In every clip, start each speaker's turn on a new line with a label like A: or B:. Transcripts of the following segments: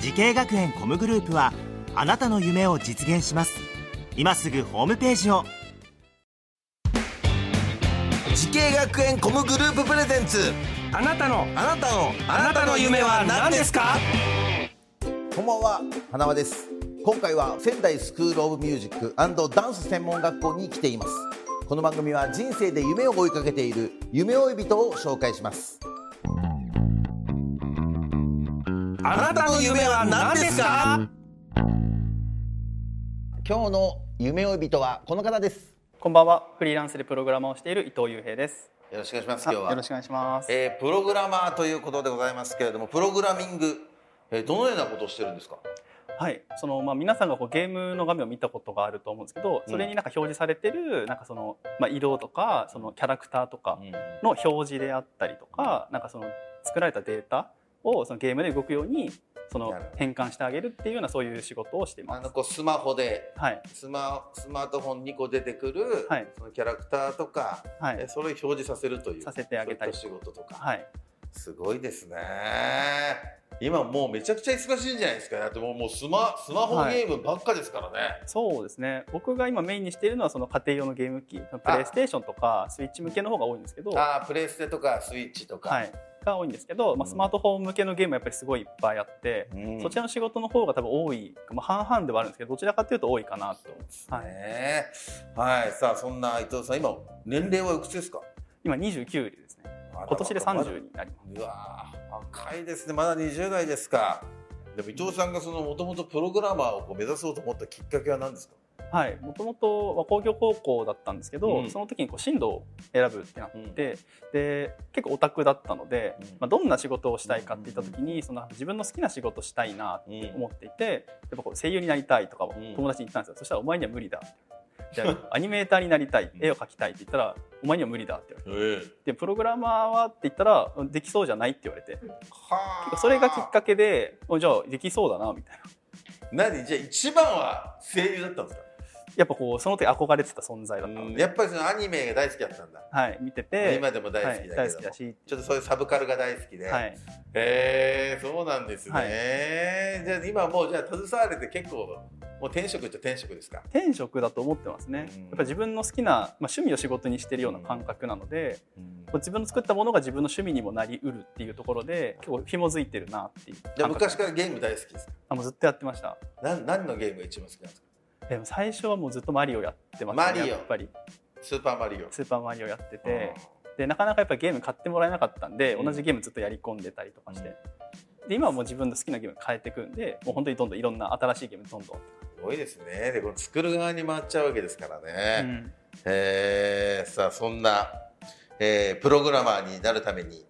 A: 時系学園コムグループはあなたの夢を実現します今すぐホームページを
B: 時系学園コムグループプレゼンツ
C: あなたの
B: あなたの
C: あなたの夢は何ですか
D: こんばんは花輪です今回は仙台スクールオブミュージックダンス専門学校に来ていますこの番組は人生で夢を追いかけている夢追い人を紹介します
C: あなたの夢は何ですか
D: 今日の夢追い人はこの方です
E: こんばんは。フリーランスでプログラマーをしている伊藤雄平です。
D: よろしくお願いします今日は
E: よろしくお願いします。
D: えープログラマーということでございますけれどもプログラミング、えーどのようなことをしてるんですか
E: はい。そのまあ皆さんがこうゲームの画面を見たことがあると思うんですけど、それになんか表示されてるなんかそのまあ色とかそのキャラクターとかの表示であったりとか、なんかその作られたデータをそのゲームで動くようにその
D: なるほど
E: 変換してあげるっていうようなそういう仕事をしてい
D: あ
E: ま
D: の
E: す。
D: こうスマホで
E: はい
D: スマスマートフォンにこう出てくる、
E: はい
D: そのキャラクターとか、
E: は
D: えー
E: い
D: それを表示させるという
E: させてあげたり
D: そういった仕事とか、
E: はい。
D: すごいですね。今もうめちゃくちゃ忙しいんじゃないですか。だってもうもうスマスマホゲームばっかですからね。
E: そうですね。僕が今メインにしているのはその家庭用のゲーム機、そのプレイステーションとかスイッチ向けの方が多いんですけど、
D: ああプレイステとかスイッチとか。
E: はい、が多いんですけど、まあ、スマートフォン向けのゲームはやっぱりすごいいっぱいあって、
D: うん
E: そちらの仕事の方が多分多い、まあ、半々ではあるんですけどどちらかというと多いかなと、はい、
D: ねえはい。さあそんな伊藤さん今年齢はいくつですか。
E: 今29ですね今年で30になります
D: うわあ若いですね。まだ20代ですか。でも伊藤さんがそのもともとプログラマーをこう目指そうと思ったきっかけは何ですか。
E: はいもともとは工業高校だったんですけど、
D: うん
E: その時にこう進路を選ぶってなって、で結構オタクだったので、
D: うん
E: まあ、どんな仕事をしたいかって言った時に、その自分の好きな仕事したいなって思っていて、やっぱこう声優になりたいとかは
D: うん
E: 友達に言ったんですよ、そしたら「お前には無理だ」 じゃあアニメーターになりたい絵を描きたいって言ったら「お前には無理だ」って言われて。でプログラマーはって言ったらできそうじゃないって言われて
D: はあ
E: それがきっかけでおじゃあできそうだなみたいな
D: 何じゃあ一番は声優だったんですか。
E: やっぱこうその時憧れてた存在だったので、
D: やっぱりそのアニメが大好きだったんだ。
E: はい、見てて
D: 今でも大好きだけども、
E: はい、大好きだし
D: ちょっとそういうサブカルが大好きで、
E: はい、
D: えー、そうなんですね、
E: は
D: じゃあ今もうじゃあ携われて結構もう転職っちゃ転職ですか
E: 転職だと思ってますね、
D: うん
E: やっぱ自分の好きな、まあ、趣味を仕事にしてるような感覚なので、こう自分の作ったものが自分の趣味にもなりうるっていうところで結構紐づいてるなっていう
D: じゃあ
E: 感覚
D: 昔からゲーム大好きですか
E: あもうずっとやってました
D: なん何のゲームが一番好きなんですか
E: でも最初はもうずっとマリオやってましたね
D: マリオ
E: やっぱり
D: スーパーマリオ
E: スーパーマリオやってて
D: あー
E: でなかなかやっぱゲーム買ってもらえなかったんで、
D: うん
E: 同じゲームずっとやり込んでたりとかして、で今はもう自分の好きなゲーム変えていくんでもう本当にどんどんいろんな新しいゲームどんど
D: す
E: ん、
D: ごいですねでこの作る側に回っちゃうわけですから
E: う
D: ね、
E: ん
D: えー、さあそんな、えー、プログラマーになるために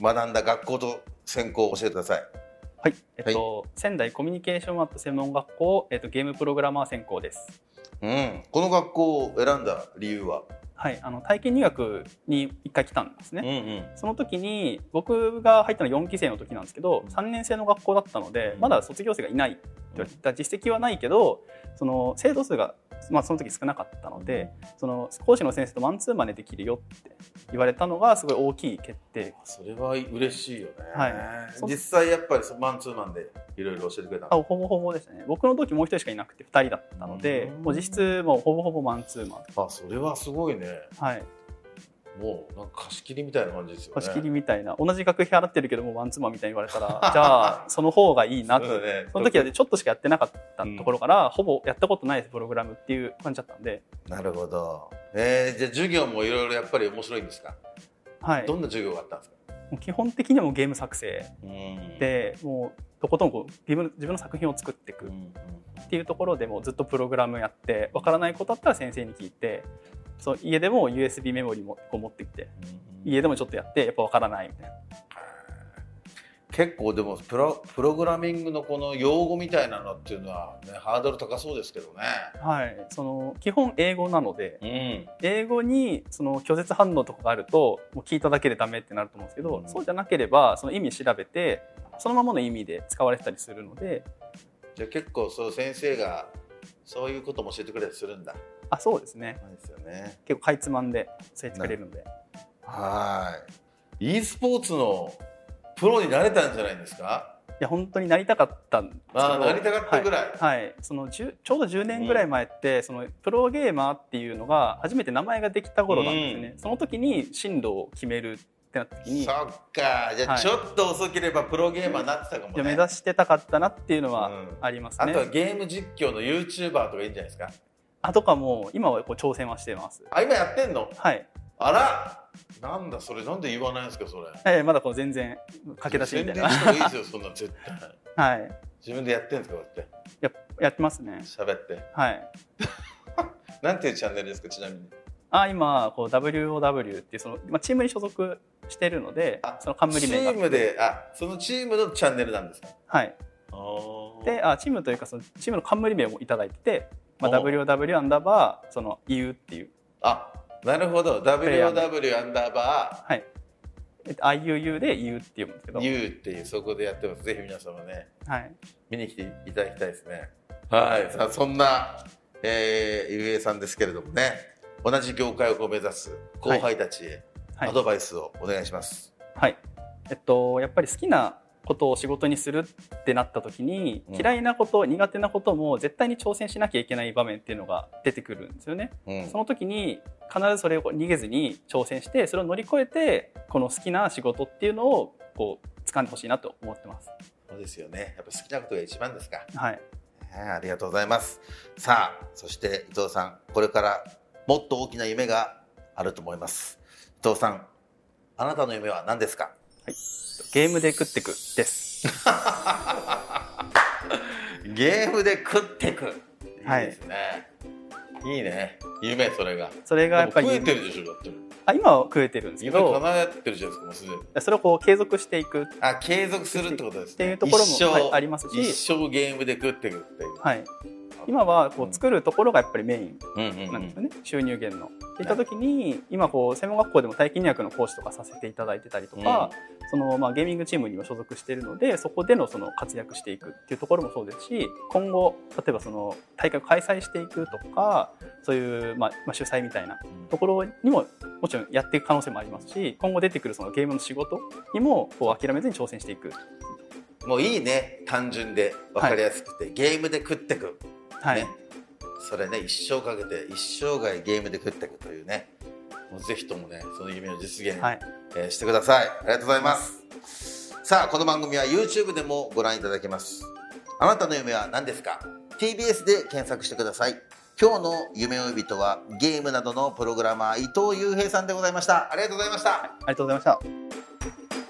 D: 学んだ学校と専攻を教えてください
E: はいえっと、仙台コミュニケーションアート専門学校、えっと、ゲームプログラマー専攻です
D: うん、この学校を選んだ理由は、
E: はいあの体験入学に一回来たんですね、
D: うん
E: その時に僕が入ったのは4期生の時なんですけど3年生の学校だったので
D: うん
E: まだ卒業生がいないって言われてだから実績はないけどその生徒数が、まあ、その時少なかったのでその講師の先生とマンツーマネできるよって言われたのがすごい大きい決定
D: それは嬉しいよね、
E: はい
D: 実際やっぱりそのマンツーマンでいろいろ教えてくれた
E: あ
D: の
E: ほぼほぼですね僕の時もう一人しかいなくて2人だったので
D: うん
E: もう実質もうほぼほぼマンツーマン
D: あそれはすごいね
E: はい
D: もうなんか貸し切りみたいな感じですよね
E: 貸し切りみたいな同じ学費払ってるけどもマンツーマンみたいに言われたら じゃあその方がいいなって
D: そうだね
E: その時はねちょっとしかやってなかったところから、ほぼやったことないですプログラムっていう感じだったんで、
D: なるほどえー、じゃあ授業もいろいろやっぱり面白いんですか、
E: はい、
D: ど
E: も
D: んな授業があったんですか
E: う基本的にはもうゲーム作成でもうとことんこう自分の自分の作品を作っていく
D: う
E: っ
D: ん
E: ていうところでもうずっとプログラムやってわからないことあったら先生に聞いてそう家でも USB メモリもこう持ってきて家でもちょっとやってやっぱわからないみたいな
D: 結構でもプロプログラミングのこの用語みたいなのっていうのは、ね、ハードル高そうですけど
E: はい、その基本英語なので、
D: ね。
E: 英語にその拒絶反応とかがあるともう聞いただけでダメってなると思うんですけど、
D: うん
E: そうじゃなければその意味調べてそのままの意味で使われてたりするので
D: うん。じゃあ結構そう先生がそういうことも教えてくれたりするんだ。
E: あそうですね
D: ないですよね。
E: 結構かいつまんで教えてくれるので
D: はい。e スポーツのプロになれたんじゃないですか。
E: いや本当になりたかったんですけど
D: ああなりたかったぐ
E: はい
D: らい。
E: はいその10ちょうど10年ぐらい前って、そのプロゲーマーっていうのが初めて名前ができた頃なんですね、その時に進路を決めるってなった時に
D: そっか。じゃ
E: は
D: あ
E: い
D: ちょっと遅ければプロゲーマーになってたかも
E: じ
D: ね。
E: ゃあ目指してたかったなっていうの
D: う
E: は
D: ん
E: あります
D: あ
E: ね、
D: とはゲーム実況の YouTuber とかいいんじゃないですか。
E: あとかも今はこう挑戦はしてます
D: あ今やってんの
E: はい、
D: あらなんだそれなんで言わないんですかそれ
E: えーまだこう全然駆け出しみたいな
D: 宣伝した方がいいですよそんなの絶対
E: はい
D: 自分でやってんですかこうやって
E: ややってますね
D: 喋って
E: はい
D: なんていうチャンネルですかちなみに
E: あ今こう WOW っていうその、まあ、チームに所属してるので
D: あ
E: その冠
D: チ
E: 名が
D: ームであそのチームのチャンネルなんですか
E: はい
D: で
E: であチームというかそのチームの冠名もいただいてて、まあ、
D: お
E: WOW アンダーバーその EU っていう
D: あなるほど WOW アンダーバ
E: はいえっと IUU で EU っていうんですけど
D: ー U っていうそこでやってますぜひ皆様ね
E: はい
D: 見に来ていただきたいですねはいさあそんな、えー、ゆうえいさんですけれどもね同じ業界をこう目指す後輩たちへ
E: はい
D: アドバイスをお願いします、
E: はい。えっと、やっぱり好きなことを仕事にするってなった時に、
D: うん
E: 嫌いなこと、苦手なことも絶対に挑戦しなきゃいけない場面っていうのが出てくるんですよね。
D: うん
E: その時に必ずそれを逃げずに挑戦して、それを乗り越えて、この好きな仕事っていうのを、こう、掴んでほしいなと思ってます。
D: そうですよね。やっぱ好きなことが一番ですか。
E: はい。
D: はいありがとうございます。さあ、そして伊藤さん、これからもっと大きな夢があると思います。伊藤さん、あなたの夢は何ですか
E: ゲームで食ってくです。
D: ゲームで食ってく。い
E: はい
D: いですね。い、いね。夢、それが。
E: それがやっぱ
D: でも
E: り、
D: 食えてるでしょ、だって。
E: あ今は食えてるんですけ
D: 夢
E: ど、
D: 叶ってるじゃないですか、もうすでに。
E: それをこう継続していく。
D: あ、継続するってことですね。
E: っていうところも
D: 一生、
E: はいありますし
D: 一生ゲームで食ってくっていう。
E: はい。今はこう作るところがやっぱりメイン
D: うんうんうん
E: なんですよね、収入源の。っていった時に今こう専門学校でも体験入学の講師とかさせていただいてたりとか、そのまあゲーミングチームにも所属しているのでそこでのその活躍していくっていうところもそうですし今後例えばその大会を開催していくとかそういうまあまあ主催みたいなところにももちろんやっていく可能性もありますし今後出てくるそのゲームの仕事にもこう諦めずに挑戦していく。
D: もういいね単純で分かりやすくて、ゲームで食ってく、
E: はい
D: ね、それね一生かけて一生涯ゲームで食ってくというねもうぜひともねその夢を実現、
E: はい
D: えーしてくださいありがとうございますさあこの番組は YouTube でもご覧いただけますあなたの夢は何ですか TBS で検索してください今日の夢追い人はゲームなどのプログラマー伊藤雄平さんでございましたありがとうございました、
E: ありがとうございました